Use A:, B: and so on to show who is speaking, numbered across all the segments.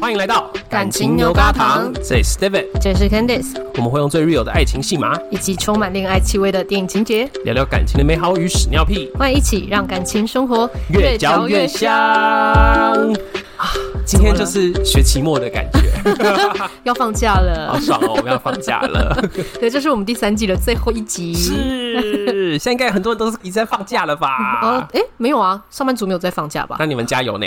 A: 欢迎来到
B: 感情牛轧糖
A: 这里是 David，
B: 这是 Candice，
A: 我们会用最 real 的爱情戏码
B: 一起充满恋爱气味的电影情节，
A: 聊聊感情的美好与屎尿屁，
B: 欢迎一起让感情生活
A: 越嚼越香啊！今天就是学期末的感觉，
B: 要放假
A: 好
B: 了，
A: 爽哦！我们要放假 了，
B: 对，这是我们第三季的最后一集。
A: 是现在应该很多人都是已经在放假了
B: 哦
A: 吧，？
B: 哎，没有啊，上班族没有在放假吧
A: 那？你们加油呢！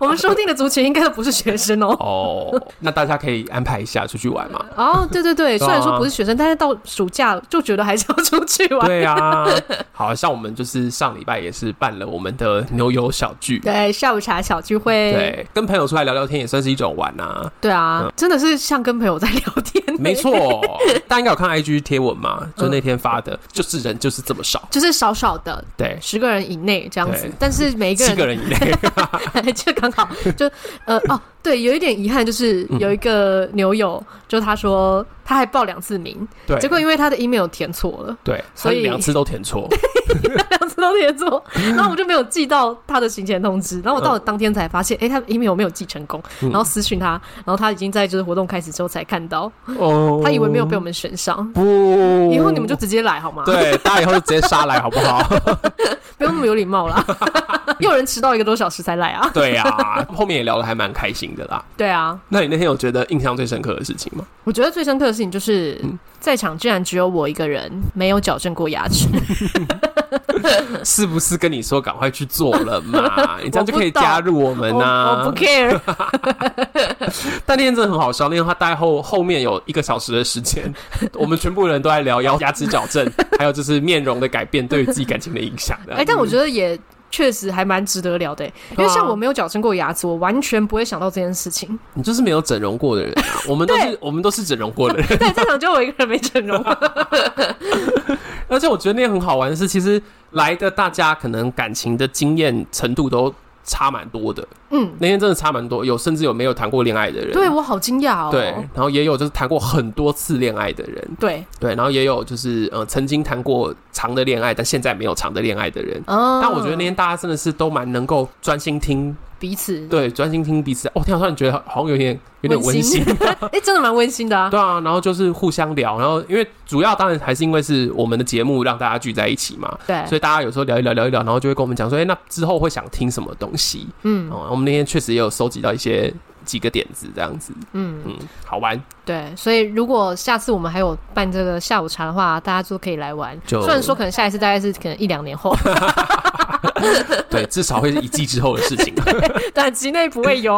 B: 我们收听的族群应该都不是学生 哦。
A: 哦，那大家可以安排一下出去玩嘛？
B: 哦，对对对，
A: 对啊
B: 虽然说不是学生，但是到暑假就觉得还是要出去玩。
A: 对啊，好像我们就是上礼拜也是办了我们的牛油小聚，
B: 对，下午茶小聚会，
A: 对，跟朋友出来聊聊天也算是一种玩啊。
B: 对啊，真的是像跟朋友在聊天 欸，
A: 没错，大家应该有看 IG 贴文
B: 嗯
A: 嘛，就那天发的，就是人就是这么少，
B: 就是少少的
A: 对，
B: 十个人以内这样子
A: 对，
B: 但是每一个
A: 七
B: 人
A: 个人以 内，
B: 就刚 好就呃哦，对，有一点遗憾，就是
A: 嗯
B: 有一个牛友，就他说他还报两次名，
A: 对，
B: 结果因为他的 email 填错了，
A: 对，
B: 所
A: 所以
B: 以
A: 两次都填错，
B: 两次都 填错，然后我就没有寄到他的行前通知，然
A: 嗯
B: 后我到了当天才发现，诶，他的 email 没有寄成功，然后私讯他，然后他已经在就是活动开始之后才看到，
A: 哦
B: 他以为没有被我们选上。
A: 不，
B: 以后你们就直接来好吗？
A: 哦 对，大家以后就直接杀来好不好？
B: 不用那么有礼貌啦。又有人迟到一个多小时才来啊！
A: 对啊，后面也聊得还蛮开心的啦。
B: 对啊，
A: 那你那天有觉得印象最深刻的事情吗？
B: 我觉得最深刻的事情就是、
A: 嗯
B: 在场竟然只有我一个人没有矫正过牙齿。嗯
A: 是不是跟你说赶快去做了嘛？ 你这样就可以
B: 我不懂
A: 加入我们啊
B: 我
A: 呐、
B: 我不 care，
A: 但那天真的很好笑，那天他大概后后面有一个小时的时 间，我们全部人都在聊牙牙齿矫正，还有就是面容的改变对于自己感情的影响。嗯
B: 哎、但我觉得也确实还蛮值得聊的、欸因为
A: 啊
B: 像我没有矫正过牙齿，我完全不会想到这件事情。
A: 你就是没有整容过的人、啊，我们都是我们都是整容过的 人，
B: 对，在场就我一个人没整容。
A: 而且我觉得那天很好玩的是，其实来的大家可能感情的经验程度都差蛮多的，
B: 嗯，
A: 那天真的差蛮多，有甚至有没有谈过恋爱的人，
B: 对我好惊讶哦。
A: 对，然后也有就是谈过很多次恋爱的人，
B: 对，
A: 对，然后也有就是呃曾经谈过长的恋爱，但现在没有长的恋爱的人。
B: 嗯，
A: 但我觉得那天大家真的是都蛮能够专心听，
B: 彼此，
A: 对，专心听彼此。哦，天啊，突然觉得好像有点有点温馨，
B: 哎、真的蛮温馨的啊。
A: 对啊。然后就是互相聊，然后因为主要当然还是因为是我们的节目让大家聚在一起嘛，
B: 对，
A: 所以大家有时候聊一聊聊一聊，然后就会跟我们讲说，哎、那之后会想听什么东西？
B: 嗯
A: 哦，我们那天确实也有收集到一些几个点子，这样子，
B: 嗯，
A: 嗯，好玩。
B: 对，所以如果下次我们还有办这个下午茶的话，大家就可以来玩。
A: 就
B: 虽然说可能下一次大概是可能一两 年后，
A: 对，至少会是一季之后的事 情。
B: 短期内不 会有。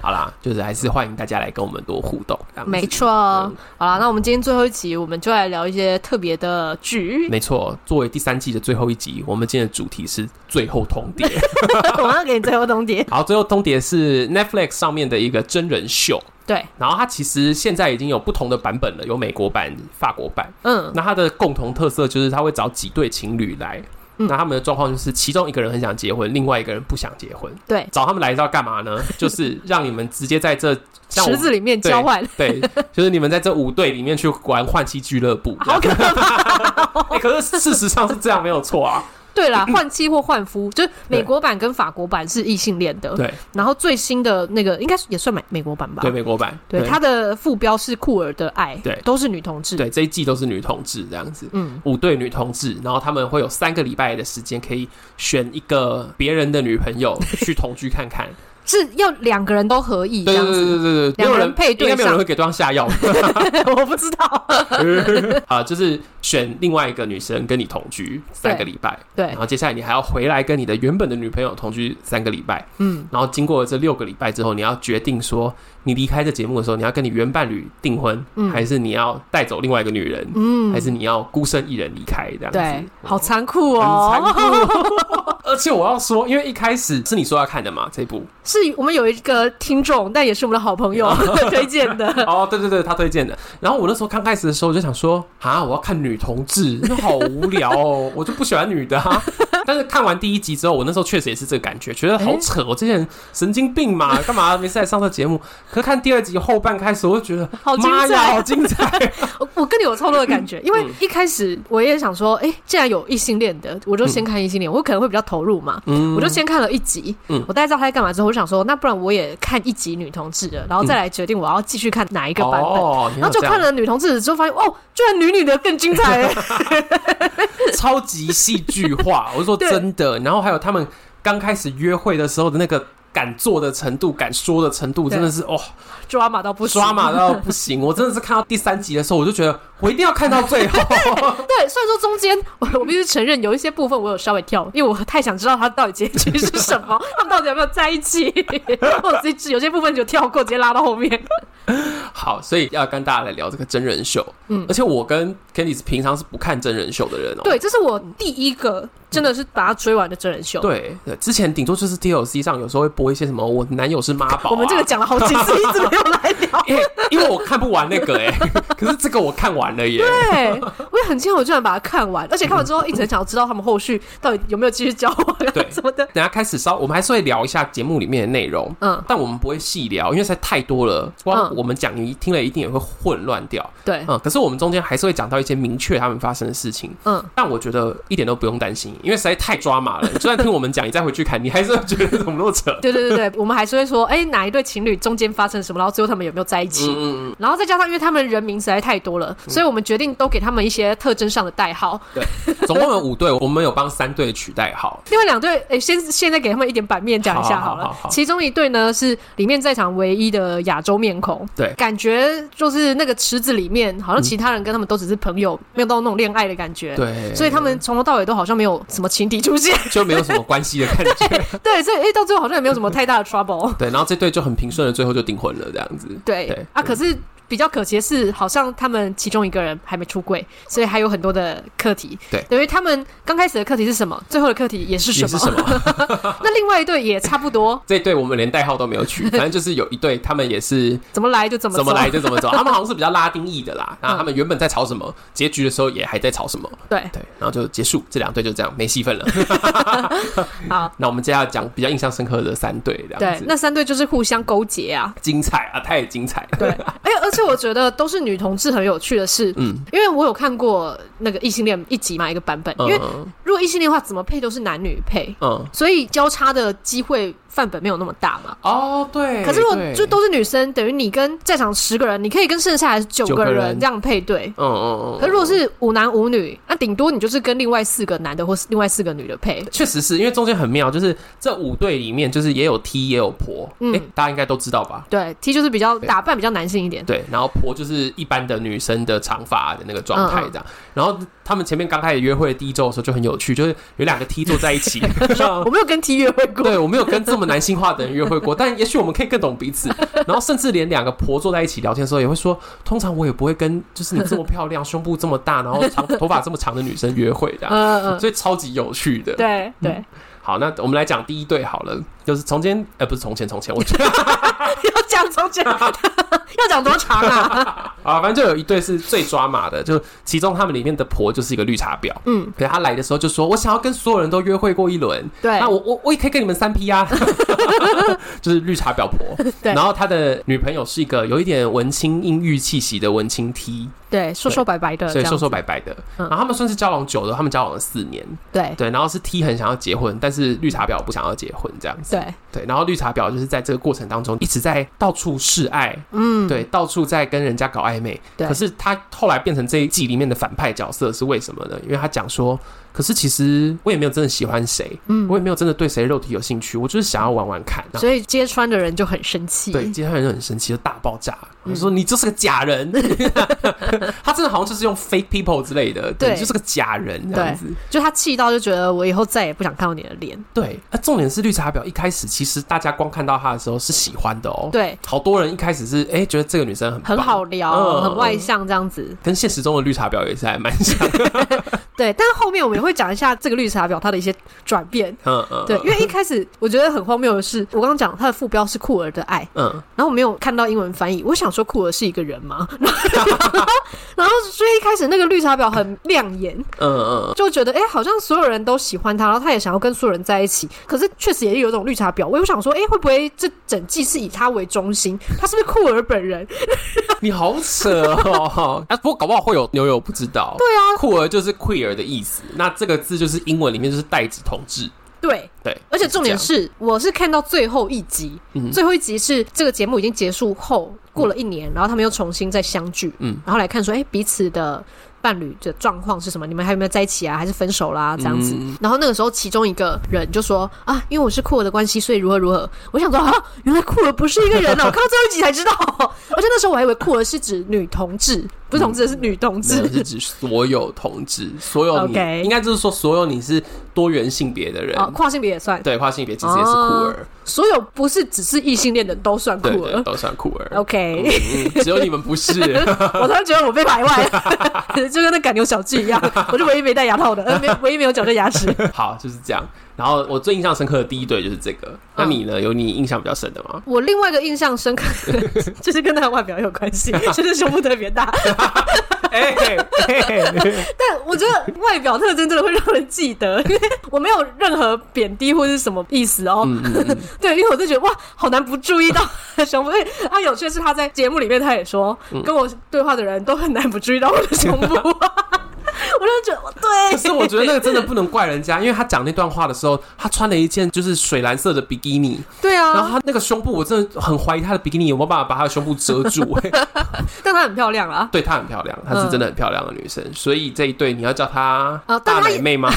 A: 好啦，就是还是欢迎大家来跟我们多互动，这样子
B: 没错，
A: 嗯
B: 好啦，那我们今天最后一集，我们就来聊一些特别的剧。
A: 没错，作为第三季的最后一集，我们今天的主题是最后通牒。
B: 我要给你最后通牒。
A: 好，最后通牒是 Netflix 上面的一个真人秀，
B: 对，
A: 然后它其实现在已经有不同的版本了，有美国版、法国版。
B: 嗯，
A: 那它的共同特色就是它会找几对情侣来，
B: 嗯
A: 那他们的状况就是其中一个人很想结婚，另外一个人不想结婚。
B: 对，
A: 找他们来是要干嘛 呢？就是让你们直接在这像我
B: 池
A: 们
B: 子里面交换，
A: 对，就是你们在这五队里面去玩换妻俱乐 部，好可怕、欸！可是事实上是这样，没有错 啊。
B: 对啦，换妻或换夫，就是美国版跟法国版是异性恋的。
A: 对
B: 然后最新的那个应该是也算美美国版吧
A: 对，？美国版，
B: 对，它的副标是酷儿的爱，
A: 对
B: 都是女同志。
A: 对这一季都是女同志这样子，
B: 嗯，
A: 五对女同志，然后他们会有三个礼拜的时间可以选一个别人的女朋友去同居看看。
B: 是要两个人都合意 这
A: 对
B: 样
A: 对对
B: 子。
A: 对对对，
B: 两
A: 没有
B: 个人配对
A: 应该没有人
B: 上
A: 会给对方下药
B: 我不知道。
A: 啊，就是选另外一个女生跟你同居三个礼拜，
B: 对
A: 然，后接下来你还要回来跟你的原本的女朋友同居三个礼拜。
B: 嗯，
A: 然后经过了这六个礼拜之后，你要决定说，你离开这节目的时候，你要跟你原伴侣订婚，
B: 嗯
A: 还是你要带走另外一个女人，
B: 嗯
A: 还是你要孤身一人离开这样子？
B: 对，好残酷
A: 很残
B: 哦。
A: 酷。而且我要说，因为一开始是你说要看的嘛，这 部
B: 是我们有一个听众，但也是我们的好朋 友推荐的。
A: 哦，对对对，他推荐的。然后我那时候刚开始的时候，我就想说，啊，我要看女同志，那好无聊哦，我就不喜欢女的、 啊。但是看完第一集之后，我那时候确实也是这个感觉，觉得好扯、哦，这些人神经病嘛，干嘛没事来上这节目？可是看第二集后半开始，我就觉得
B: 好精
A: 妈呀，
B: 彩
A: 好精彩！
B: 我我跟你有差不多的感觉，因为
A: 嗯
B: 一开始我也想说，哎、既然有异性恋的，我就先看异性恋，我可能会比较投入嘛。
A: 嗯
B: 我就先看了一集，
A: 嗯
B: 我大概知道他在干嘛之后，我就想想说，那不然我也看一集女同志的，然后再来决定我要继续看哪一个版本。
A: 嗯哦，原
B: 然
A: 来
B: 后就
A: 这样
B: 看了女同志的之后，发现哦，居然女女的更精彩、 欸。
A: 超级戏剧 化，我是说真的。然后还有他们刚开始约会的时候的那个敢做的程度、敢说的程度，
B: 对
A: 真的是哦，
B: 抓马到不行，
A: 抓马到不 行。我真的是看到第三集的时候，我就觉得我一定要看到最后。
B: 对，虽然说中间我我必须承认有一些部分我有稍微跳，因为我太想知道他到底结局是什 么，他们到底有没有在一起， 我自己有些部分就跳过，直接拉到后面。
A: 好，所以要跟大家来聊这个真人秀。
B: 嗯
A: 而且我跟 Candy 平常是不看真人秀的人哦、
B: 对，这是我第一个真的是把它追完的真人秀。，
A: 对对，之前顶多就是 DLC 上有时候会播一些什么我男友是妈宝、啊，。
B: 我们这个讲了好几次，一直没有来聊
A: 因为因为我看不完那个哎、 可是这个我看完了耶。
B: 对，我也很惊讶，我居然把它看完，而且看完之后一直很想要知道他们后续到底有没有继续交往啊
A: 对
B: 什么的。
A: 等一下开始稍，我们还是会聊一下节目里面的内容，
B: 嗯，
A: 但我们不会细聊，因为实在太多了，光
B: 嗯哎
A: 我们讲你听了一定也会混乱掉。
B: 对，
A: 嗯，可是我们中间还是会讲到一些明确他们发生的事情。
B: 嗯，
A: 但我觉得一点都不用担心，因为实在太抓马 了。你就算听我们讲，你再回去看，你还是会觉得怎么那么扯。
B: 对对对对，我们还是会说，哎、哪一对情侣中间发生什么，然后最后他们有没有在一起？
A: 嗯嗯嗯，
B: 然后再加上，因为他们人名实在太多了，所以我们决定都给他们一些特征上的代号。
A: 总共有五队，我们有帮三队取代好。
B: 另外两队，诶，先现在给他们一点版面讲一下
A: 好好
B: 好了。
A: 好好
B: 其中一队呢是里面在场唯一的亚洲面孔，
A: 对
B: 感觉就是那个池子里面好像其他人跟他们都只是朋友，没有到那种恋爱的感觉。。
A: 对，
B: 所以他们从头到尾都好像没有什么情敌出 现，
A: 就没有什么关系的感 觉。
B: 对，所以诶，到最后好像也没有什么太大的 trouble，
A: 对，然后这队就很平顺的，最后就订婚了这样子。
B: 对
A: 对
B: 啊，可是比较可惜的是，好像他们其中一个人还没出柜，所以还有很多的课题。
A: 对
B: 等于他们刚开始的课题是什么，最后的课题也是什
A: 也是
B: 么？
A: 什么？
B: 那另外一对也差不多，
A: 这队我们连代号都没有取，反正就是有一队，他们也是
B: 怎么来就怎么
A: 怎么
B: 走
A: 来就怎么走。他们好像是比较拉丁裔的啦，然后
B: 嗯
A: 他们原本在吵什么，结局的时候也还在吵什么，
B: 对，
A: 对，然后就结束。这两队就这样没戏 份了。
B: 好，
A: 那我们接下来讲比较印象深刻的三队，这样
B: 对，
A: 子
B: 那三对就是互相勾结 啊。
A: 精彩啊，太精彩了。
B: 对，而且而且我觉得都是女同志很有趣的是，
A: 嗯，
B: 因为我有看过那个异性恋一集嘛一个版本，因为
A: 嗯
B: 如果异性恋的话，怎么配都是男女配，
A: 嗯，
B: 所以交叉的机会范本没有那么大嘛。
A: 哦对，
B: 可是如果
A: 对
B: 就都是女生，等于你跟在场十个人，你可以跟剩下来九
A: 九
B: 个
A: 个
B: 人
A: 人
B: 这样配对。
A: 嗯嗯嗯，
B: 可是如果是五男五女，那顶多你就是跟另外四个男的或是另外四个女的配。
A: 确实是因为中间很妙，就是这五队里面就是也有 T 也有婆，
B: 嗯
A: 哎，大家应该都知道吧？
B: 对，T 就是比较
A: 对
B: 打扮比较男性一点。
A: 对，然后婆就是一般的女生的长发的那个状态这样。然后他们前面刚开始约会的第一周的时候就很有趣，就是有两个 T 坐在一 起。
B: 我没有跟 T 约会过。
A: 对，我没有跟这么男性化的人约会过，但也许我们可以更懂彼 此。然后甚至连两个婆坐在一起聊天的时候，也会说，通常我也不会跟就是你这么漂亮、胸部这么大，然后长头发这么长的女生约会这样，
B: 嗯嗯，
A: 所以超级有趣的。
B: 对对，
A: 好，那我们来讲第一对好了，就是从前，呃，不是从前，从前，我觉得
B: 要讲从讲， 要讲多长 啊？
A: 啊，反正就有一对是最抓马的，就其中他们里面的婆就是一个绿茶婊，
B: 嗯，
A: 可是她来的时候就说，我想要跟所有人都约会过一轮，
B: 对
A: 那我我我也可以跟你们三 P 啊， 就是绿茶婊婆，
B: 对
A: 然后他的女朋友是一个有一点文青阴郁气息的文青 T，
B: 对，瘦瘦白白的，
A: 所以
B: 呃这样
A: 瘦瘦白白的，
B: 嗯哎
A: 然后他们算是交往久了，他们交往了四年，
B: 对
A: 对，然后是 T 很想要结婚，但是绿茶婊不想要结婚这样子。
B: 对，
A: 对，然后绿茶婊就是在这个过程当中一直在到处示爱，
B: 嗯，
A: 对，到处在跟人家搞暧昧。
B: 对
A: 可是她后来变成这一季里面的反派角色是为什么呢？因为她讲说，可是其实我也没有真的喜欢谁，
B: 嗯
A: 我也没有真的对谁肉体有兴趣，我就是想要玩玩看。然后
B: 所以揭穿嗯的人就很生气。
A: 对，接下来人很生气，就大爆炸，我
B: 嗯
A: 说你就是个假人， 他真的好像就是用 fake people 之类的，对，
B: 对
A: 你就是个假人这样子。
B: 就他气到就觉得我以后再也不想看到你的脸。
A: 对，那、重点是绿茶婊一开始其实大家光看到她的时候是喜欢的哦，，
B: 对，
A: 好多人一开始是哎、觉得这个女生很
B: 很
A: 棒
B: 好聊，
A: 嗯
B: 很外向这样子。
A: 跟现实中的绿茶婊也是还蛮像的。
B: 对，但是后面我们也会讲一下这个绿茶婊它的一些转变。
A: 嗯嗯，
B: 对，因为一开始我觉得很荒谬的是，我刚刚讲它的副标是酷儿的爱，
A: 嗯，
B: 然后我没有看到英文翻译，我想说酷儿是一个人吗？ 然后然后所以一开始那个绿茶婊很亮眼，
A: 嗯嗯
B: 就觉得哎、诶好像所有人都喜欢他，然后他也想要跟所有人在一起。可是确实也有一种绿茶婊味，我想说，哎、会不会这整季是以他为中心？他是不是酷儿本人？
A: 嗯，你好扯哦！ 啊，不过搞不好会有牛友不知道。对啊，酷儿就是 queer 的意思，那这个字就是英文里面就是代指同志。
B: 对
A: 对，
B: 而且重点是，我是看到最后一集，
A: 嗯
B: 最后一集是这个节目已经结束后，过了一年，然后他们又重新再相聚，
A: 嗯
B: 然后来看说，哎、彼此的伴侣的状况是什么？你们还有没有在一起啊？还是分手啦、这样子。
A: 嗯
B: 然后那个时候，其中一个人就说啊，因为我是酷儿的关系，所以如何如何。我想说啊，原来酷儿不是一个人 啊呢、我看到最后一集才知道。而且那时候我还以为酷儿是指女同志，不是同志，是女同
A: 没
B: 志
A: 有。嗯是指所有同志，所有 你
B: OK
A: 应该就是说所有你是多元性别的人，
B: 啊，跨性别也算，
A: 对跨性别其实也是酷儿，
B: 所有不是只是异性恋的都哦算酷
A: 对
B: 儿
A: 对，。都算酷儿。
B: OK，
A: 嗯只有你们不是，
B: 我突然觉得我被排 外了， 就跟那赶牛小智一样，我是唯一没戴牙套的，呃，没唯一没有矫正牙齿。
A: 好就是这样。然后我最印象深刻的第一对就是这个，
B: 哦
A: 那你呢？有你印象比较深的吗？
B: 我另外一个印象深刻的，就是跟他的外表有 关系，就是胸部特别大。
A: 哎、嘿
B: 但我觉得外表特征真的会让人记得，因为我没有任何贬低或是什么意思
A: 嗯
B: 哦。对，因为我就觉得哇，好难不注意到他的 胸部。因为他有趣的是，他在节目里面他也说，
A: 嗯
B: 跟我对话的人都很难不注意到我的胸 部。我就觉得对
A: 可，是我觉得那个真的不能怪人家，因为他讲那段话的时候，他穿了一件就是水蓝色的比基尼，
B: 对啊，
A: 然后他那个胸部，我真的很怀疑他的比基尼有没有办法把他的胸部遮 住、哎
B: 但她很漂亮啊啦。
A: 对，她很漂亮，她是真的很漂亮的女生，所以这一对你要叫她
B: 哦但
A: 大
B: 她
A: 奶
B: 也
A: 妹吗？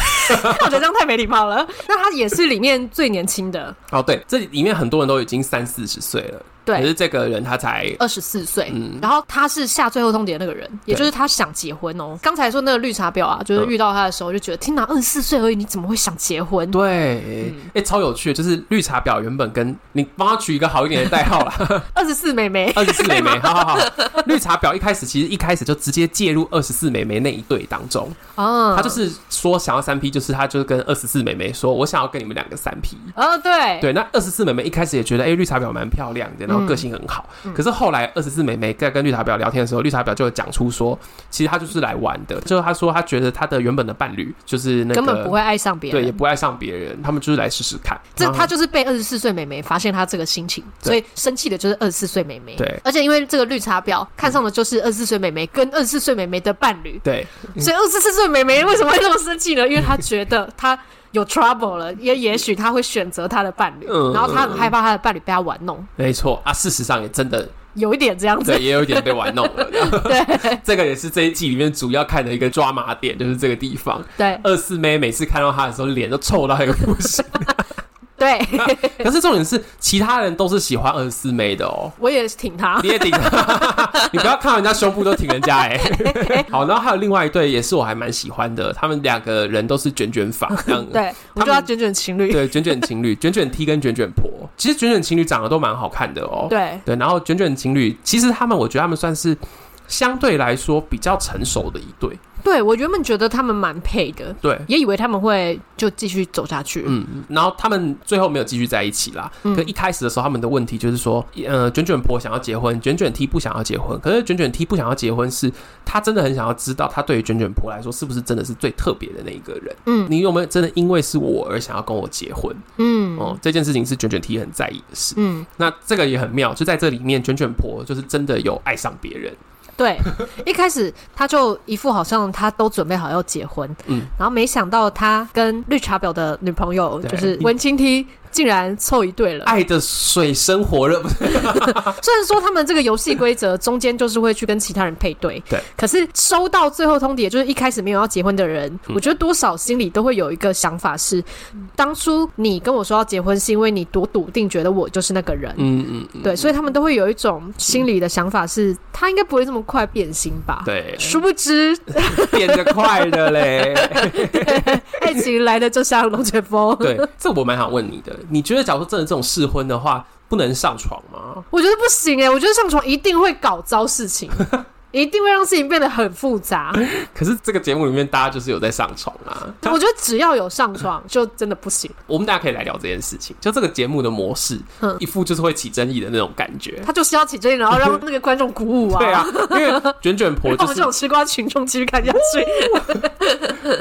B: 我觉得这样太没礼貌了。那她也是里面最年轻的，
A: 哦，对，这里面很多人都已经三四十岁了，可
B: 对
A: 是，这个人他才
B: 二十四岁。
A: 嗯
B: 然后她是下最后通牒的那个人，也就是她想结婚哦。刚才说那个绿茶婊啊，就是遇到她的时候就觉得，天哪，二十四岁而已，你怎么会想结婚？
A: 对，哎、超有趣的，就是绿茶婊原本跟你帮他取一个好一点的代号 啦，
B: 二十四妹妹，
A: 二十四妹妹，好好好，绿茶婊一开始其实一开始就直接介入二十四妹妹那一对当中，
B: 啊，
A: 她就是说想要三 P，就是她就是跟二十四妹妹说，我想要跟你们两个三 P，
B: 哦，对，
A: 对，那二十四妹妹一开始也觉得，哎、绿茶婊蛮漂亮的，然
B: 嗯
A: 后个性很好。可是后来二十四妹妹在跟绿茶婊聊天的时候，绿茶婊就有讲出说，其实她就是来玩的。就是她说，她觉得她的原本的伴侣就是那个
B: 根本不会爱上别
A: 对，也
B: 人。
A: 不爱上别人，他们就是来试试看。
B: 这
A: 然后
B: 她就是被二十四岁妹妹发现她这个心情，
A: 对
B: 所以生气的就是二十四岁妹妹。
A: 对
B: 而且因为这个绿茶婊看上的就是二十四岁妹妹跟二十四岁妹妹的伴侣，
A: 对
B: 所以二十四岁妹妹为什么会那么生气呢？因为她觉得她 有 trouble 了，也也许她会选择她的伴侣，
A: 嗯
B: 然后她很害怕她的伴侣被她玩弄，
A: 没错啊，事实上也真 的
B: 有一点这样子。
A: 对，也有一点被玩弄了。
B: 对
A: 这个也是这一季里面主要看的一个抓马点，就是这个地方。
B: 对
A: 二四妹每次看到她的时候，脸都臭到一个不行。
B: 对，
A: 可是重点是，其他人都是喜欢二四妹的 哦。
B: 我也挺她
A: 你也顶，你不要看人家胸部都挺人家哎、 好，然后还有另外一对也是我还蛮喜欢的，他们两个人都是卷卷发，这样
B: 对，我们就要卷卷情侣。
A: 对卷卷情侣， 卷卷 T 跟卷卷婆，其实卷卷情侣长得都蛮好看的哦、
B: 对
A: 对，然后卷卷情侣，其实他们我觉得他们算是相对来说比较成熟的一对，
B: 对，我原本觉得他们蛮配的，
A: 对。
B: 也以为他们会就继续走下去。
A: 嗯，然后他们最后没有继续在一起啦。可一开始的时候，他们的问题就是说，呃，卷卷婆想要结婚，卷卷 T 不想要结婚。可是卷卷 T 不想要结婚是，他真的很想要知道，他对于卷卷婆来说，是不是真的是最特别的那一个人？
B: 嗯
A: 你有没有真的因为是我而想要跟我结婚？
B: 嗯
A: 哦、这件事情是卷卷 T 很在意的事。
B: 嗯，
A: 那这个也很妙，就在这里面，卷卷婆就是真的有爱上别人。
B: 对，一开始他就一副好像他都准备好要结婚，
A: 嗯
B: 然后没想到他跟绿茶婊的女朋友
A: 对啊
B: 就是文青 T 竟然凑一对了。
A: 爱的水深火热，不是？
B: 虽然说他们这个游戏规则中间就是会去跟其他人配对，
A: 对，
B: 可是收到最后通牒，就是一开始没有要结婚的人，
A: 嗯
B: 我觉得多少心里都会有一个想法是，当初你跟我说要结婚，是因为你多笃定觉得我就是那个人，
A: 嗯嗯嗯，
B: 对，所以他们都会有一种心里的想法是，他应该不会这么快变心吧？，
A: 对，
B: 殊不知
A: 变得快了嘞。
B: 爱情来的就像龙卷风。
A: 对，这我蛮想问你的，你觉得假如说真的这种试婚的话，不能上床吗？
B: 我觉得不行哎、我觉得上床一定会搞糟事 情，一定会让事情变得很复杂。
A: 可是这个节目里面大家就是有在上床啊，
B: 我觉得只要有上床，就真的 不行。
A: 我们大家可以来聊这件事情。就这个节目的模式
B: 嗯，
A: 一副就是会起争议的那种感觉。
B: 他就是要起争议，然后让那个观众鼓舞啊。
A: 对啊， 因为卷卷婆
B: 让我
A: 就
B: 们
A: 是
B: 这种吃瓜群众继续看 下去。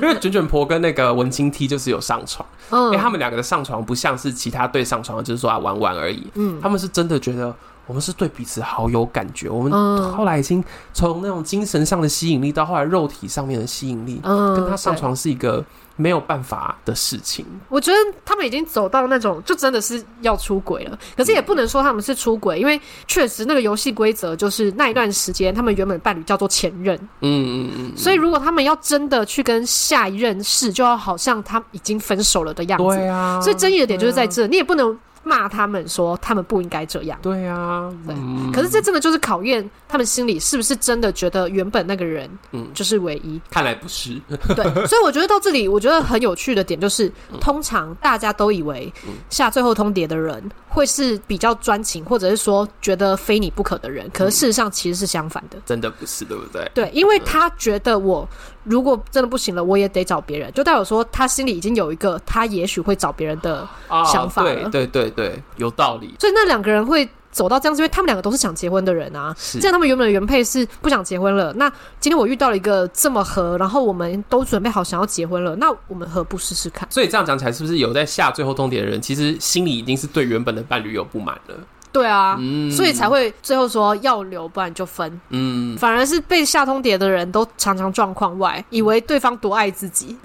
A: 因为卷卷婆跟那个文青 T 就是有上床，因为嗯
B: 嗯，
A: 他们两个的上床不像是其他对上床的，就是说啊玩玩而已，嗯，他们是真的觉得我们是对彼此好有感觉。我们
B: 嗯
A: 后来已经从那种精神上的吸引力，到后来肉体上面的吸引力，
B: 嗯，
A: 跟他上
B: 对
A: 床是一个没有办法的事情。
B: 我觉得他们已经走到那种就真的是要出轨了，可是也不能说他们是出轨，因为确实那个游戏规则就是那一段时间他们原本伴侣叫做前任，
A: 嗯嗯嗯，
B: 所以如果他们要真的去跟下一任试，就要好像他已经分手了的样子。
A: 对啊，
B: 所以争议的点就是在
A: 对啊。
B: 这，你也不能骂他们说他们不应该这样。
A: 对啊，
B: 对
A: 嗯
B: 可是这真的就是考验他们心里是不是真的觉得原本那个人
A: 嗯
B: 就是唯一。
A: 看来不是，
B: 对，所以我觉得到这里，我觉得很有趣的点就是，
A: 嗯
B: 通常大家都以为下最后通牒的人会是比较专情，或者是说觉得非你不可的人，
A: 嗯
B: 可是事实上其实是相反的。
A: 真的不是，对不对？
B: 对，因为他觉得我如果真的不行了，我也得找别人，就代表说他心里已经有一个他也许会找别人的，
A: 啊
B: 想法
A: 对
B: 了
A: 对对对，有道理，
B: 所以那两个人会走到这样，是因为他们两个都是想结婚的人啊。
A: 是
B: 这样他们原本的原配是不想结婚了，那今天我遇到了一个这么合，然后我们都准备好想要结婚了，那我们何不试试看？
A: 所以这样讲起来，是不是有在下最后通牒的人，其实心里已经是对原本的伴侣有不满了？
B: 对啊，
A: 嗯
B: 所以才会最后说要留，不然就分。
A: 嗯，
B: 反而是被下通牒的人都常常状况外，以为对方多爱自己，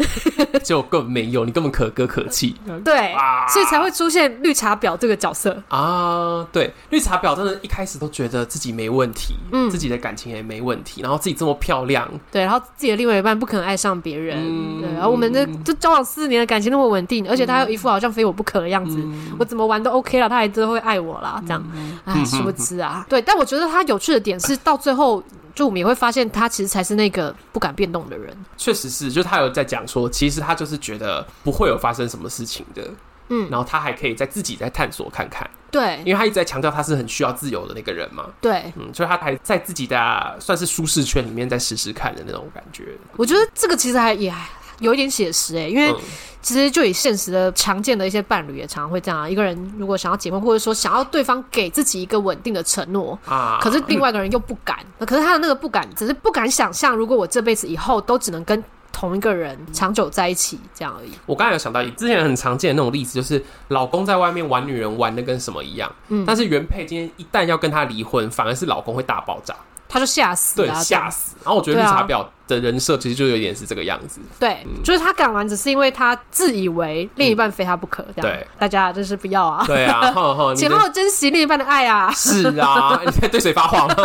A: 就根本没有，你根本可歌可泣
B: 对，
A: 啊
B: 所以才会出现绿茶婊这个角色。
A: 啊！对，绿茶婊真的，一开始都觉得自己没问题，
B: 嗯
A: 自己的感情也没问题，然后自己这么漂亮，
B: 对，然后自己的另外一半不可能爱上别人，
A: 嗯
B: 对，然后我们的就交往四年的感情那么稳定，而且他又一副好像非我不可的样子，
A: 嗯
B: 我怎么玩都 OK 了，他还真的会爱我啦，这样，哎，殊不知啊，对，但我觉得他有趣的点是到最后，就我们也会发现他其实才是那个不敢变动的人，
A: 确实是，就他有在讲说，其实他就是觉得不会有发生什么事情的，
B: 嗯，
A: 然后他还可以再自己再探索看看，
B: 对
A: 因为他一直在强调他是很需要自由的那个人嘛，
B: 对，
A: 嗯，所以他还在自己的算是舒适圈里面再试试看的那种感觉，
B: 我觉得这个其实还也还有一点写实欸诶、因为
A: 嗯
B: 其实就以现实的常见的一些伴侣也常常会这样啊。一个人如果想要结婚，或者说想要对方给自己一个稳定的承诺，
A: 啊，
B: 可是另外一个人又不 敢，可是他的那个不敢，只是不敢想象，如果我这辈子以后都只能跟同一个人长久在一起这样而已。
A: 我刚才有想到，之前很常见的那种例子，就是老公在外面玩女人玩的跟什么一样，
B: 嗯
A: 但是原配今天一旦要跟他离婚，反而是老公会大爆炸，
B: 他就吓死
A: 对，
B: 了啊、这样
A: 吓死。然后我觉得
B: 对
A: 绿
B: 啊
A: 茶婊的人设其实就有点是这个样子，
B: 对，
A: 嗯
B: 就是他敢玩，只是因为他自以为另一半非他不可，这
A: 嗯
B: 样。
A: 对，
B: 大家真是不 要啊，
A: 对 啊，哈哈，你
B: 请好
A: 的
B: 好珍惜另一半的爱啊。
A: 是啊，你在对谁发话吗？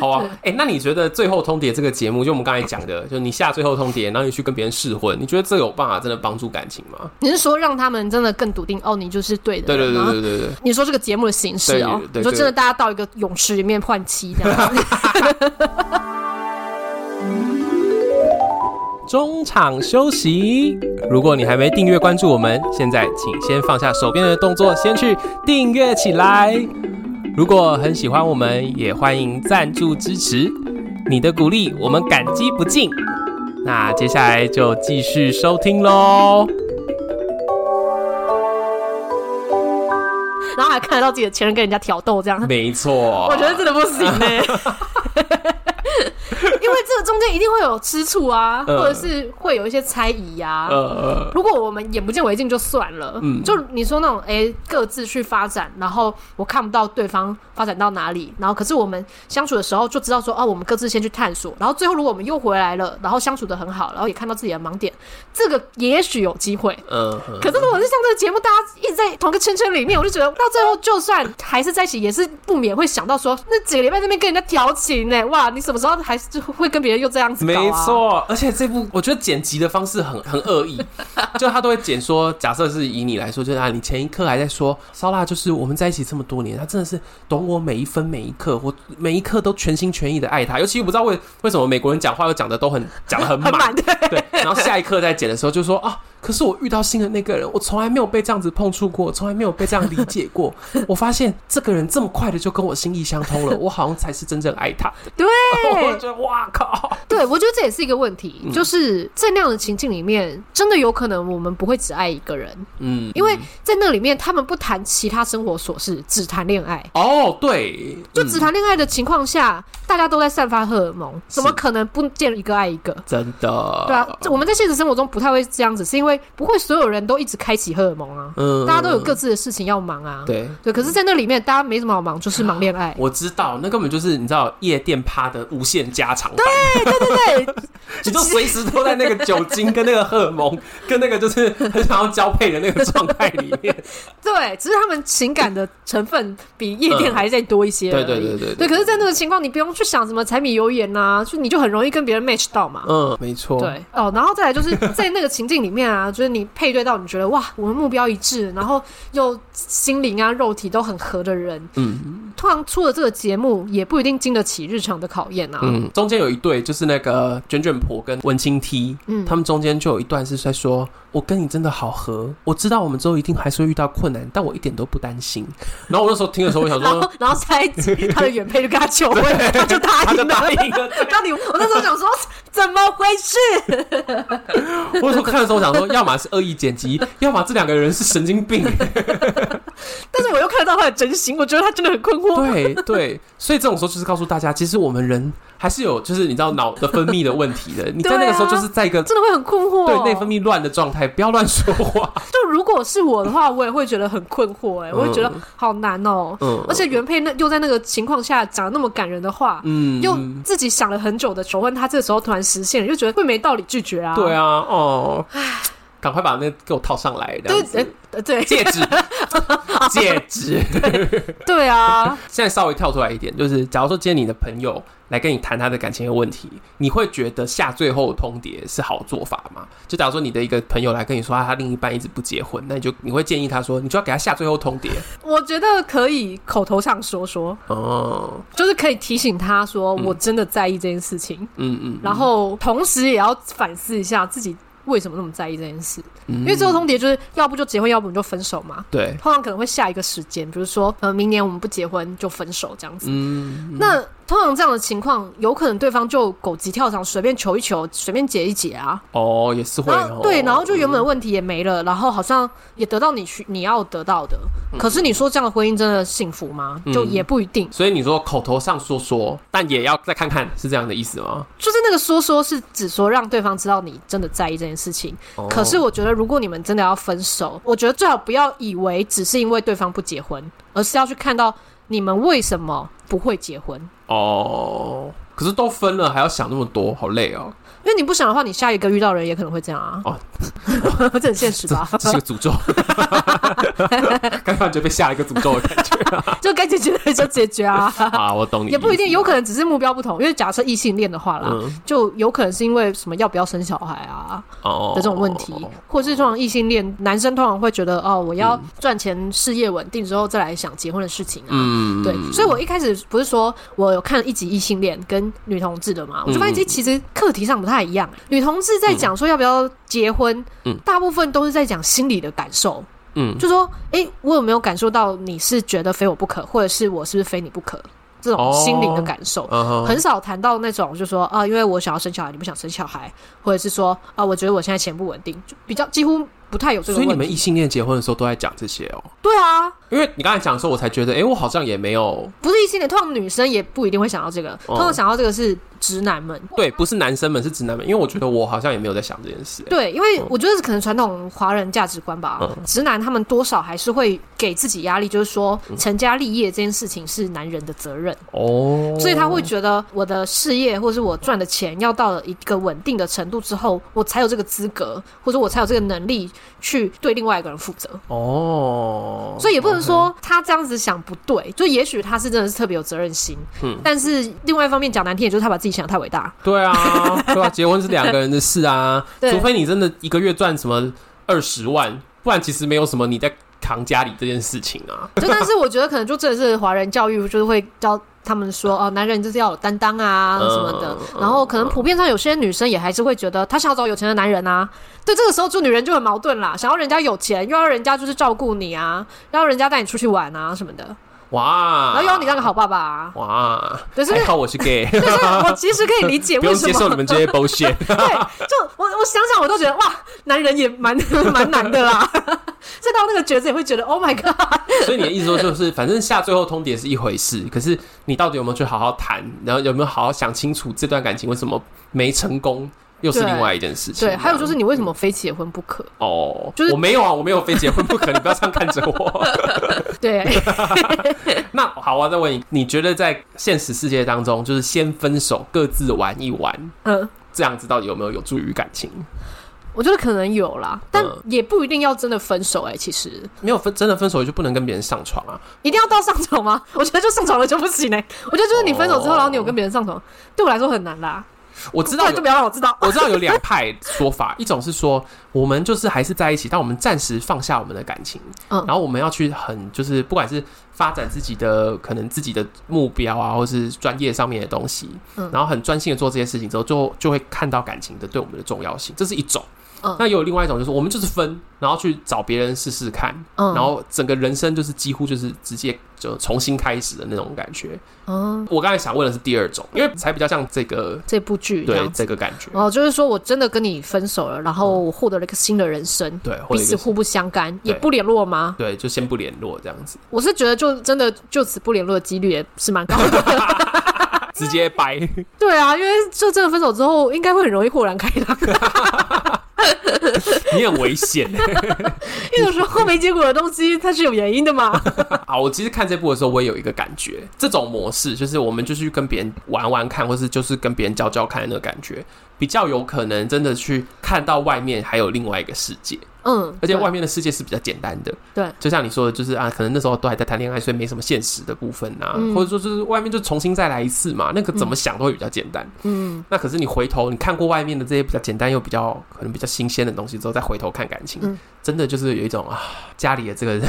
A: 好啊，哎、那你觉得《最后通牒》这个节目，就我们刚才讲的，就你下最后通牒，然后你去跟别人试婚，你觉得这有办法真的帮助感情吗？
B: 你是说让他们真的更笃定哦，你就是对的
A: 对
B: 人
A: 对
B: 吗？
A: 对对对对。
B: 你说这个节目的形式哦、
A: 对对
B: 你说
A: 对
B: 真的，大家到一个泳池里面换妻 这样子，
A: 中场休息。如果你还没订阅关注我们，现在请先放下手边的动作，先去订阅起来。如果很喜欢我们，也欢迎赞助支持，你的鼓励我们感激不尽。那接下来就继续收听喽。
B: 然后还看得到自己的前任跟人家挑逗 这样，
A: 没错，
B: 我觉得真的不行呢、 因为这个中间一定会有吃醋啊，
A: 嗯
B: 或者是会有一些猜疑呀、啊。
A: 呃，
B: 如果我们眼不见为净就算了，
A: 嗯
B: 就你说那种哎、各自去发展，然后我看不到对方发展到哪里，然后可是我们相处的时候就知道说，哦、我们各自先去探索，然后最后如果我们又回来了，然后相处的很好，然后也看到自己的盲点，这个也许有机会。
A: 嗯、
B: 可是如果是像这个节目，大家一直在同一个圈圈里面，我就觉得到最后，就算还是在一起，也是不免会想到说，那几个礼拜那边跟人家调情呢、哇，你什么时候还是会跟别人又这样子、搞啊
A: 没，错，而且这部我觉得剪辑的方式很很恶 意，就他都会剪说，假设是以你来说，就是啊，你前一刻还在说烧腊，就是我们在一起这么多年，他真的是懂我每一分每一刻，我每一刻都全心全意的爱他。尤其我不知道为为什么美国人讲话又讲的都很讲的很
B: 很
A: 满，
B: 满的。
A: 对，然后下一刻在剪的时候就说啊，可是我遇到新的那个人，我从来没有被这样子碰触过，从来没有被这样理解过。我发现这个人这么快的就跟我心意相通了，我好像才是真正爱他的。
B: 对
A: 我觉得哇靠，
B: 对，我觉得这也是一个问题，就是在那样的情境里面，真的有可能我们不会只爱一个人，
A: 嗯，
B: 因为在那里面他们不谈其他生活琐事，只谈恋爱。
A: 哦，对，
B: 就
A: 嗯
B: 只谈恋爱的情况下，大家都在散发荷尔蒙，怎么
A: 是
B: 可能不见一个爱一个？
A: 真的，
B: 啊
A: 呃
B: 对啊，这我们在现实生活中不太会这样子，是因为不会所有人都一直开启荷尔蒙啊，
A: 嗯，
B: 大家都有各自的事情要忙啊。
A: 对。
B: 对，可是，在那里面，大家没什么好忙，就是忙
A: 。
B: 恋爱
A: 我知道，那根本就是你知道夜店趴的无限加长版，
B: 对对
A: 你就随时都在那个酒精跟那个荷尔蒙跟那个就是很想要交配的那个状态里面。
B: 对，只是他们情感的成分比夜店还再多一些而
A: 嗯对
B: 已。
A: 对对对
B: 对，可啊是，在那个情况，你不用去想什么柴米油盐呐、就你就很容易跟别人 match 到嘛。
A: 嗯，没错，，
B: 对哦，然后再来就是在那个情境里面啊，就是你配对到你觉得哇，我们目标一致，然后又心灵啊、肉体都很合的人，
A: 嗯
B: 通常出了这个节目也不一定经得起日常的考验啊。
A: 嗯，中间有一对就是那个卷卷婆跟文青 T，
B: 嗯
A: 他们中间就有一段是在说，我跟你真的好合，我知道我们之后一定还是会遇到困难，但我一点都不担心。然后我那时候听的时候，我想
B: 然后
A: 说，，
B: 然后下一 集他的原配就跟他求婚，他就答
A: 他就
B: 应
A: 答
B: 了。
A: 应了。
B: 到底我那时候想说怎么回事？
A: 我那时候看的时候想说，要么是恶意剪 辑，要么这两个人是神经病。
B: 但是我又看得到他的真心，我觉得他真的很困惑。
A: 对对，所以这种时候就是告诉大家，其实我们人还是有，就是你知道脑的分泌的问题 的。你在那个时候就是在一个
B: 真的会很困惑，
A: 对内分泌乱的状态，不要乱说话。
B: 就如果是我的话，我也会觉得很困惑、哎，我会觉得
A: 嗯
B: 好难哦、
A: 嗯，
B: 而且原配那又在那个情况下讲那么感人的话，
A: 嗯
B: 又自己想了很久的求婚，他这时候突然实现了，又觉得会没道理拒绝啊。
A: 对，啊，哦，赶快把那个给我套上来，这样
B: 对
A: 子。
B: 呃对
A: 戒 指，戒指。
B: 对啊，
A: 现在稍微跳出来一点，就是假如说今天你的朋友来跟你谈他的感情的问题，你会觉得下最后通牒是好做法吗？就假如说你的一个朋友来跟你说啊他他另一半一直不结婚，那你就你会建议他说，你就要给他下最后通牒
B: 我觉得可以口头上说说，
A: 哦，
B: 就是可以提醒他说
A: 嗯
B: 我真的在意这件事情，
A: 嗯嗯，
B: 然后同时也要反思一下自己为什么那么在意这件事，
A: 因
B: 因为最后通牒就是要不就结婚，要不你就分手嘛。
A: 嗯对，
B: 通常可能会下一个时间，比如说呃，明年我们不结婚就分手这样子。
A: 嗯，
B: 那通常这样的情况，有可能对方就狗急跳墙，随便求一求，随便解一解啊。
A: 哦也是会
B: 然
A: 哦
B: 后，对，然后就原本的问题也没了，然后好像也得到你需你要得到的。可是你说这样的婚姻真的幸福吗？
A: 嗯
B: 就也不一定。
A: 所以你说口头上说说，但也要再看看，是这样的意思吗？
B: 就是那个说说是只说让对方知道你真的在意这件事情。
A: 哦
B: 可是我觉得，如果你们真的要分手，我觉得最好不要以为只是因为对方不结婚，而是要去看到你们为什么不会结婚。
A: 哦，可是都分了，还要想那么多，好累 哦。
B: 因为你不想的话，你下一个遇到的人也可能会这样啊。哦， 这很现实
A: 这
B: 吧？
A: 这是个诅咒， 刚刚就被下了一个诅咒 的感觉
B: 就该解决的就解决 啊，
A: 啊！我懂你，
B: 也不一定，有可啊能只是目标不同。因为假设异性恋的话啦，
A: 嗯
B: 就有可能是因为什么要不要生小孩啊
A: 哦
B: 的这种问题，或者是通常异性恋男生通常会觉得哦，我要赚钱、事业稳定之后再来想结婚的事情啊。
A: 嗯，
B: 对，所以我一开始不是说我有看一集异性恋跟女同志的嘛，我就
A: 嗯
B: 发现这其实课题上不太一样。女同志在讲说要不要结婚，
A: 嗯
B: 大部分都是在讲心理的感受，
A: 嗯
B: 就说诶，我有没有感受到你是觉得非我不可，或者是我是不是非你不可这种心灵的感受。
A: 嗯哼
B: 很少谈到那种，就说啊，因为我想要生小孩，你不想生小孩，或者是说啊，我觉得我现在钱不稳定，就比较几乎不太有这个
A: 所以
B: 问题。
A: 你们异性恋结婚的时候都在讲这些哦，
B: 对啊，
A: 因为你刚才讲的时候，我才觉得，哎，我好像也没有
B: 不是异性恋，通常女生也不一定会想到这个，
A: 哦
B: 通常想到这个是直男们。
A: 对，不是男生们，是直男们，因为我觉得我好像也没有在想这件事。
B: 对，因为我觉得可能传统华人价值观吧，
A: 嗯
B: 直男他们多少还是会给自己压力，就是说
A: 嗯
B: 成家立业这件事情是男人的责任，
A: 哦，
B: 所以他会觉得我的事业或是我赚的钱要到了一个稳定的程度之后，我才有这个资格，或者我才有这个能力去对另外一个人负责。
A: 哦，
B: 所以也不能说他这样子想不对，就也许他是真的是特别有责任心，
A: 嗯
B: 但是另外一方面讲难听，也就是他把自己想得太伟大，
A: 对啊， 对啊，结婚是两个人的事啊，
B: 对
A: 除非你真的一个月赚什么二十万，不然其实没有什么你在扛家里这件事情啊。
B: 就但是我觉得可能就真的是华人教育，就是会教他们说哦，男人就是要有担当啊
A: 嗯
B: 什么的。然后可能普遍上有些女生也还是会觉得她想要找有钱的男人啊。对，这个时候就女人就很矛盾啦，想要人家有钱，又要人家就是照顾你啊，要人家带你出去玩啊什么的，
A: 哇，
B: 然后又要哎你当个好爸爸啊。
A: 哇，
B: 对，所以
A: 还好我是 gay，
B: 对，所以我其实可以理解
A: 不
B: 为
A: 用
B: 什
A: 接
B: 么
A: 受你们这些 bullshit。
B: 对，就我我想想，我都觉得哇，男人也蛮 蛮难的啦。 所以到那个角色也会觉得，Oh my god！
A: 所以你的意思说就是，反正下最后通牒是一回事，可是你到底有没有去好好谈，然后有没有好好想清楚这段感情为什么没成功？又是啊
B: 对
A: 另外一件事情。
B: 对，还有就是
A: 这样
B: 你为什么非结婚不可？
A: 哦，
B: 就是
A: 我没有啊，我没有非结婚不可，你不要这样看着我。
B: 对，
A: 那好啊，再问你，你觉得在现实世界当中，就是先分手，各自玩一玩，
B: 嗯，
A: 这样子到底有没有有助于感情？
B: 我觉得可能有啦，但
A: 嗯
B: 也不一定要真的分手哎、其实
A: 没有分真的分手就不能跟别人上床啊？
B: 一定要到上床吗？ 我觉得就上床了就不行哎、我觉得就是你分手之后，
A: 哦
B: 然后你有跟别人上床，对我来说很难啦。
A: 我知道哦
B: 不然
A: 有
B: 就不要让我知道。
A: 我知道有两派说法，一种是说我们就是还是在一起，但我们暂时放下我们的感情，
B: 嗯
A: 然后我们要去很就是不管是发展自己的可能自己的目标啊，或是专业上面的东西，
B: 嗯
A: 然后很专心的做这些事情之后，就就会看到感情的对我们的重要性，这是一种。
B: 嗯
A: 那也有另外一种，就是我们就是分，然后去找别人试试看，
B: 嗯
A: 然后整个人生就是几乎就是直接就重新开始的那种感觉。
B: 嗯，
A: 我刚才想问的是第二种，因为才比较像这个
B: 这部剧这
A: 对
B: 样子。
A: 这个感觉，
B: 哦，就是说我真的跟你分手了，然后我获得了一个新的人生，
A: 对，或
B: 彼
A: 嗯者一
B: 此
A: 个
B: 互不相干，也
A: 对
B: 不联络吗？
A: 对，就先不联络这样子，
B: 我是觉得就真的就此不联络的几率也是蛮高的。 啊
A: 直接 掰。
B: 对啊，因为就真的分手之后，应该会很容易豁然开朗，
A: 你很危险。
B: 因为有时候没结果的东西它是有原因的 嘛。
A: 啊，我其实看这部的时候，我也有一个感觉，这种模式就是我们就去跟别人玩玩看，或是就是跟别人交交看的那个感觉，比较有可能真的去看到外面还有另外一个世界，
B: 嗯，
A: 而且
B: 对
A: 外面的世界是比较简单的。
B: 对，
A: 就像你说的，就是啊，可能那时候都还在谈恋爱，所以没什么现实的部分啊，
B: 嗯
A: 或者说就是外面就重新再来一次嘛，那个怎么想都会比较简单。
B: 嗯
A: 那可是你回头你看过外面的这些比较简单又比较可能比较新鲜的东西之后，再回头看感情，
B: 嗯
A: 真的就是有一种啊，家里的这个人，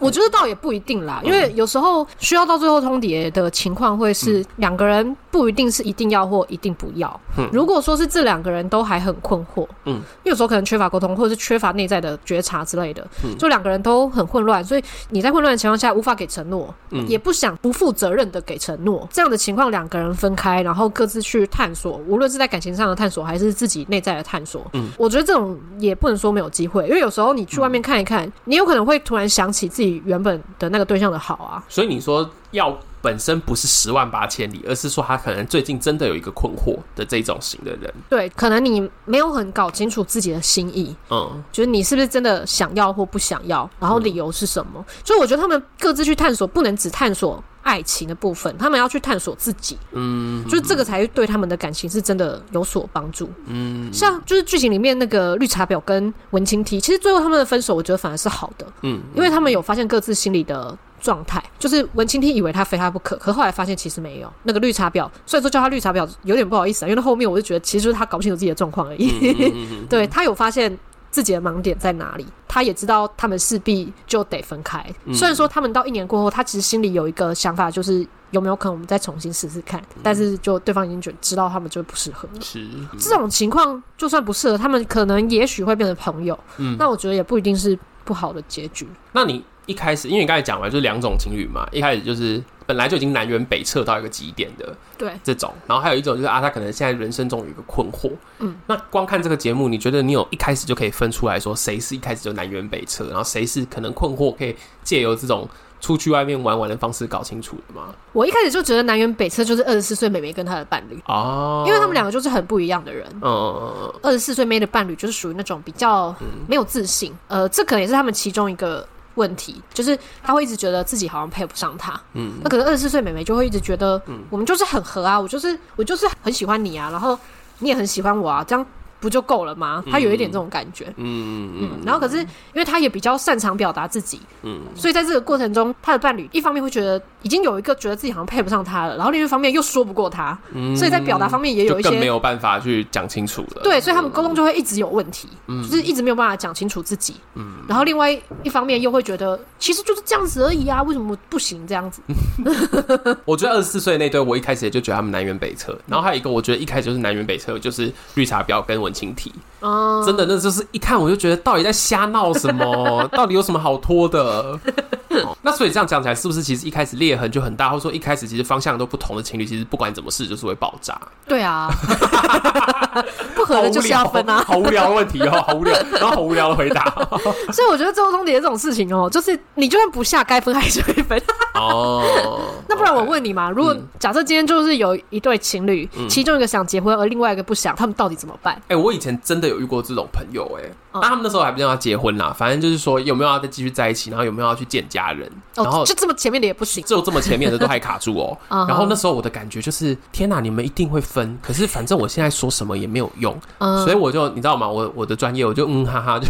B: 我觉得倒也不一定
A: 嗯
B: 啦，因为有时候需要到最后通牒的情况会是两个人不一定是一定要或一定不要。
A: 嗯
B: 如果说是这两个人都还很困惑，
A: 嗯
B: 嗯，有时候可能缺乏沟通，或者是缺乏内在的觉察之类的，
A: 嗯
B: 就两个人都很混乱，所以你在混乱的情况下无法给承诺，
A: 嗯
B: 也不想不负责任的给承诺。这样的情况，两个人分开，然后各自去探索，无论是在感情上的探索，还是自己内在的探索。
A: 嗯，
B: 我觉得这种也不能说没有机会，因为有时候你去外面看一看，你有可能会突然想起自己原本的那个对象的好啊。
A: 所以你说要本身不是十万八千里，而是说他可能最近真的有一个困惑的这种型的人，
B: 对，可能你没有很搞清楚自己的心意，
A: 嗯
B: 就是你是不是真的想要或不想要，然后理由是什么。所以我觉得他们各自去探索，不能只探索爱情的部分，他们要去探索自己。
A: 嗯
B: 就是这个才对他们的感情是真的有所帮助。
A: 嗯
B: 像就是剧情里面那个绿茶婊跟文青 T，其实最后他们的分手，我觉得反而是好的，
A: 嗯，
B: 因为他们有发现各自心里的状态。就是文青 T 以为他非他不可，可后来发现其实没有。那个绿茶婊，虽然说叫他绿茶婊有点不好意思啊，因为到后面我就觉得其实就是他搞不清楚自己的状况而已。
A: 嗯
B: 对他有发现自己的盲点在哪里，他也知道他们势必就得分开。虽然说他们到一年过后，他其实心里有一个想法，就是有没有可能我们再重新试试看，但是就对方已经觉知道他们就不适合了。
A: 是嗯
B: 这种情况就算不适合，他们可能也许会变成朋友，
A: 嗯
B: 那我觉得也不一定是不好的结局。
A: 那你一开始，因为你刚才讲完就是两种情侣嘛，一开始就是本来就已经南辕北辙到一个极点的
B: 对，
A: 这种，然后还有一种就是啊，他可能现在人生中有一个困惑，
B: 嗯，
A: 那光看这个节目，你觉得你有一开始就可以分出来说谁是一开始就南辕北辙，然后谁是可能困惑可以借由这种出去外面玩玩的方式搞清楚的吗？
B: 我一开始就觉得南辕北辙就是二十四岁美美跟她的伴侣，
A: 哦，
B: 因为他们两个就是很不一样的人。
A: 嗯，嗯嗯
B: 二十四岁妹的伴侣就是属于那种比较没有自信，呃，这可能也是他们其中一个问题，就是他会一直觉得自己好像配不上他。
A: 嗯
B: 嗯，那可能二十四岁妹妹就会一直觉得，我们就是很合啊，我就是我就是很喜欢你啊，然后你也很喜欢我啊，这样不就够了吗？她有一点这种感觉。
A: 嗯嗯
B: 嗯，然后可是因为她也比较擅长表达自己，
A: 嗯
B: 嗯，所以在这个过程中，她的伴侣一方面会觉得已经有一个觉得自己好像配不上她了，然后另一方面又说不过她，
A: 嗯
B: 所以在表达方面也有
A: 就
B: 一
A: 更
B: 些
A: 没有嗯办法去讲清楚了。
B: 对，所以他们沟通就会一直有问题，
A: 嗯
B: 就是一直没有办法讲清楚自己。然后另外一方面又会觉得，其实就是这样子而已啊，为什么不行这样子？
A: 我觉得二十四岁那对，我一开始也就觉得他们南辕北辙。然后还有一个，我觉得一开始就是南辕北辙，就是绿茶婊跟文青提。
B: 嗯，
A: 真的，那就是一看我就觉得到底在瞎闹什 么，到底有什么好拖的？哦那所以这样讲起来，是不是其实一开始裂痕就很大，或者说一开始其实方向都不同的情侣，其实不管怎么试就是会爆炸？
B: 对啊， 不合的就是要分啊。
A: 好无聊好无聊的问题哦，好无聊，然后好无聊的回答
B: 所以我觉得最后终结这种事情哦，就是你就算不下该分还是会分，
A: 哦，
B: 那不然我
A: OK
B: 问你嘛，如果
A: 嗯
B: 假设今天就是有一对情侣，其中一个想结婚，而另外一个不想，他们到底怎么办？
A: 哎、我以前真的有遇过这种朋友、哎、
B: 嗯
A: 那他们那时候还不知道要结婚啦，反正就是说有没有要再继续在一起，然后有没有要去见家人，然后
B: 哦，就这么前面的也不行。
A: 只有这么前面的都还卡住哦、
B: 嗯哼
A: 然后那时候我的感觉就是，天哪、你们一定会分，可是反正我现在说什么也没有用，
B: 嗯
A: 所以我就你知道吗？我我的专业我就嗯哈哈，就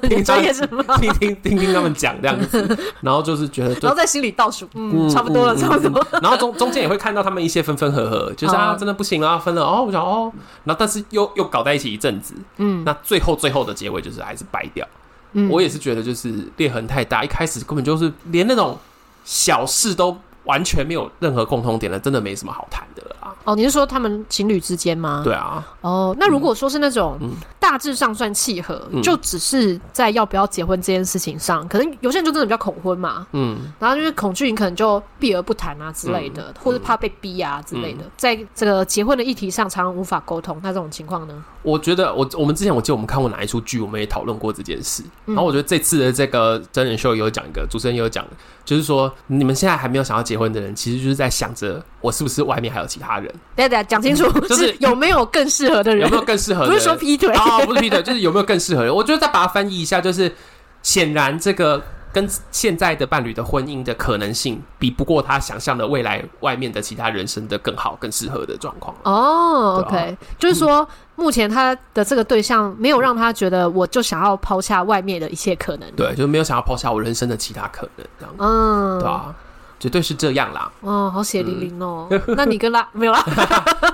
A: 听他
B: 专业
A: 们
B: 是吗？
A: 听听听听他们讲这样 子，然后就是觉得
B: 然
A: 对
B: 后。在心里倒数，嗯，
A: 嗯
B: 差不多了，
A: 嗯
B: 差不多。
A: 嗯 然后中中间也会看到他们一些分分合合，就是啊，
B: 嗯
A: 真的不行了，分了哦，我想哦，然后但是又又搞在一起一阵子，
B: 嗯
A: 那最后最后的结尾就是还是掰掉。
B: 嗯，
A: 我也是觉得就是裂痕太大，一开始根本就是连那种小事都完全没有任何共通点了，真的没什么好谈的了啊。
B: 哦，你是说他们情侣之间吗？。
A: 对啊，
B: 哦，那如果说是那种
A: 嗯
B: 大致上算契合，
A: 嗯
B: 就只是在要不要结婚这件事情上，可能有些人就真的比较恐婚嘛，
A: 嗯，
B: 然后就是恐惧，你可能就避而不谈啊之类的，或者怕被逼啊之类的，
A: 嗯
B: 在这个结婚的议题上，常常无法沟通。那这种情况呢？
A: 我觉得我我们之前我记得我们看过哪一出剧，我们也讨论过这件事。
B: 嗯
A: 然后我觉得这次的这个真人秀也有讲一个，主持人也有讲，就是说你们现在还没有想要结婚的人，其实就是在想着我是不是外面还有其他人，
B: 等一下等一下讲清楚，
A: 就是是
B: 有没有更适合的人？
A: 有没有更适合的
B: 不
A: 人？
B: 是说劈腿，
A: 啊、不是 Peter，就是有没有更适合的？我觉得再把它翻译一下，就是显然这个跟现在的伴侣的婚姻的可能性，比不过他想象的未来外面的其他人生的更好、更适合的状况。
B: 哦、o
A: 对啊
B: k 就是说，目前他的这个对象没有让他觉得，我就想要抛下外面的一切可能。，
A: 对，就没有想要抛下我人生的其他可能，这样、
B: 嗯，
A: 对啊，绝对是这样啦。
B: 哦，好血淋淋哦。
A: 嗯
B: 那你跟拉 没有啦？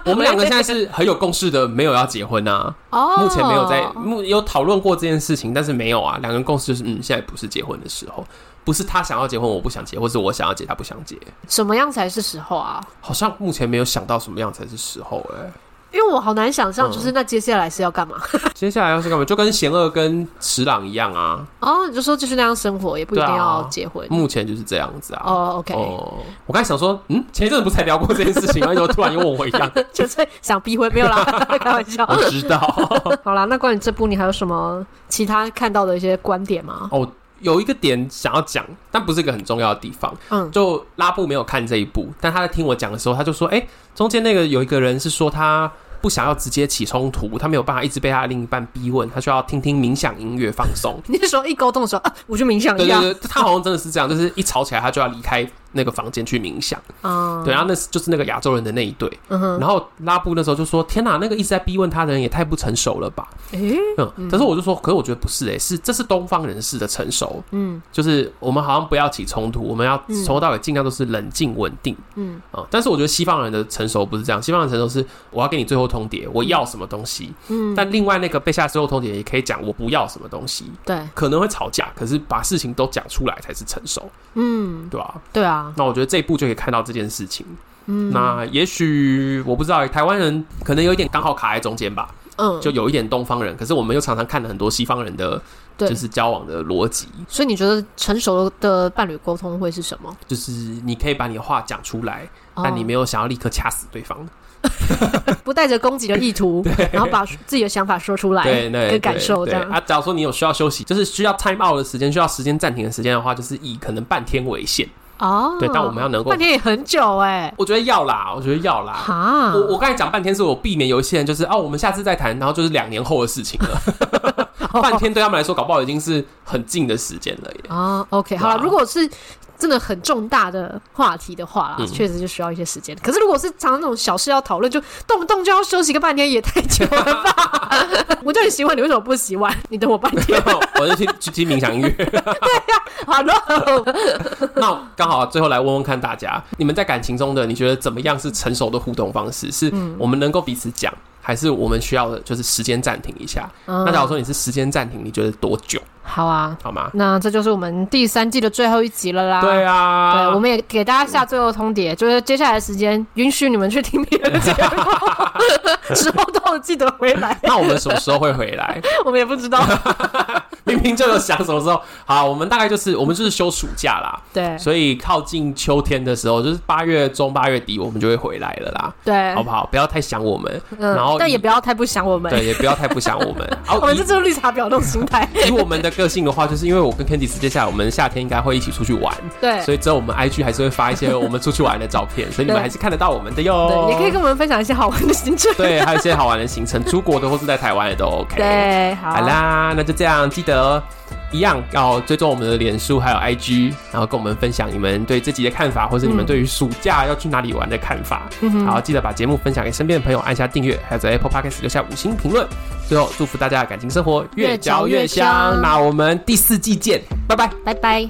A: 我们两个现在是很有共识的，没有要结婚啊。
B: 哦，
A: 目前没有在嗯目有讨论过这件事情，但是没有啊。两个人共识就是，嗯，现在不是结婚的时候，不是他想要结婚，我不想结，或是我想要结，他不想结。
B: 什么样才是时候啊？
A: 好像目前没有想到什么样才是时候哎、
B: 因为我好难想象，
A: 嗯
B: 就是那接下来是要干嘛？
A: 接下来要是干嘛？就跟贤二跟石朗一样啊，
B: 哦，你就说继续那样生活，也不一定
A: 对啊
B: 要结婚。
A: 目前就是这样子啊。
B: 哦，OK，
A: 哦，我刚才想说，嗯，前一阵子不是才聊过这件事情吗？为什么突然又问我一样？
B: 就是想逼婚 没有啦，开玩笑。
A: 我知道。
B: 好啦，那关于这部，你还有什么其他看到的一些观点吗？
A: 哦，有一个点想要讲，但不是一个很重要的地方。
B: 嗯
A: 就拉布没有看这一部，但他在听我讲的时候，他就说：“哎、中间那个有一个人是说他不想要直接起冲突，他没有办法一直被他的另一半逼问，他需要听听冥想音乐放松。”
B: 你是说一沟通的时候，啊、我就冥想
A: 对
B: 一下
A: 对对，他好像真的是这样，就是一吵起来，他就要离开那个房间去冥想。
B: 啊？
A: 对，然后那是就是那个亚洲人的那一对，
B: 嗯哼，
A: 然后拉布那时候就说：“天哪，那个一直在逼问他的人也太不成熟了吧
B: 诶，？”
A: 嗯，但是我就说，可是我觉得不是诶、欸是这是东方人士的成熟，
B: 嗯
A: 就是我们好像不要起冲突，我们要
B: 嗯
A: 从头到尾尽量都是冷静稳定
B: 嗯
A: 啊、但是我觉得西方人的成熟不是这样，西方人的成熟是我要给你最后通牒，我要什么东西，
B: 嗯，
A: 但另外那个被下最后通牒也可以讲我不要什么东西，
B: 对，
A: 可能会吵架，可是把事情都讲出来才是成熟，
B: 嗯，
A: 对吧、
B: 对啊，
A: 那我觉得这一步就可以看到这件事情。
B: 嗯
A: 那也许我不知道，台湾人可能有一点刚好卡在中间吧，
B: 嗯，
A: 就有一点东方人，可是我们又常常看了很多西方人的
B: 对
A: 就是交往的逻辑，
B: 所以你觉得成熟的伴侣沟通会是什么？
A: 就是你可以把你的话讲出来，
B: 哦
A: 但你没有想要立刻掐死对方。
B: 不带着攻击的 意图，然后把自己的想法说出来，
A: 对对
B: 跟
A: 对，
B: 感受这
A: 对
B: 样
A: 啊，假如说你有需要休息，就是需要 time out 的时间，需要时间暂停的时间的话，就是以可能半天为限。
B: 哦。
A: 对，但我们要能够
B: 半，天也很久哎、
A: 我觉得要啦，我觉得要啦。
B: 哈，
A: 我我刚才讲半天，是我避免有一些人就是哦，我们下次再谈，然后就是两年后的事情 了。
B: 哦
A: 半天对他们来说，搞不好已经是很近的时间了 耶。
B: 啊、o k 好了，
A: 对啊
B: 如果是真的很重大的话题的话啦，
A: 嗯
B: 确、实就需要一些时间。可是如果是常常那种小事要讨论，就动不动就要休息个半天，也太久了吧？ 我叫你洗碗，你为什么不洗碗？你等我半天。
A: 我就去去听冥想音乐。
B: 好了，
A: 那刚好最后来问问看大家，你们在感情中的你觉得怎么样是成熟的互动方式？是
B: 嗯
A: 我们能够彼此讲，还是我们需要的就是时间暂停一下？
B: 嗯
A: 嗯那假如说你是时间暂停，你觉得多久？
B: 好啊，
A: 好吗？
B: 那这就是我们第三季的最后一集了啦。
A: 对啊，
B: 对，我们也给大家下最后通牒，就是接下来的时间允许你们去听别的节 目，之后都有记得回来，
A: 那我们什么时候会回 来？
B: 我们也不知 道。
A: 明明就有想什么时候。好，我们大概就是我们就是休暑假啦，
B: 对
A: 所以靠近秋天的时候，就是八月中、八月底，我们就会回来了啦，
B: 对，
A: 好不好？不要太想我们，
B: 嗯
A: 然后
B: 但也不要太不想我们。
A: 对，也不要太不想我们。好，哦
B: 我们
A: 以
B: 这就是绿茶婊那种心态。
A: 以我们的个性的话，就是因为我跟 Candice 接下来我们夏天应该会一起出去玩，
B: 对，
A: 所以之后我们 IG 还是会发一些我们出去玩的照片，所以你们
B: 对
A: 还是看得到我们的哟。
B: 对，也可以跟我们分享一些好玩的行程。
A: 对，还有一些好玩的行程，出国的或是在台湾也都 OK。
B: 对，好，
A: 好啦，那就这样，记得哦一样要追踪我们的脸书还有 IG，然后跟我们分享你们对这集的看法，或是你们对于暑假要去哪里玩的看法。
B: 嗯
A: 好，记得把节目分享给身边的朋友，按下订阅，还有在 Apple Podcast 留下五星评论。最后，祝福大家的感情生活
B: 越嚼越香
A: 那我们第四季见，拜拜。
B: 拜拜。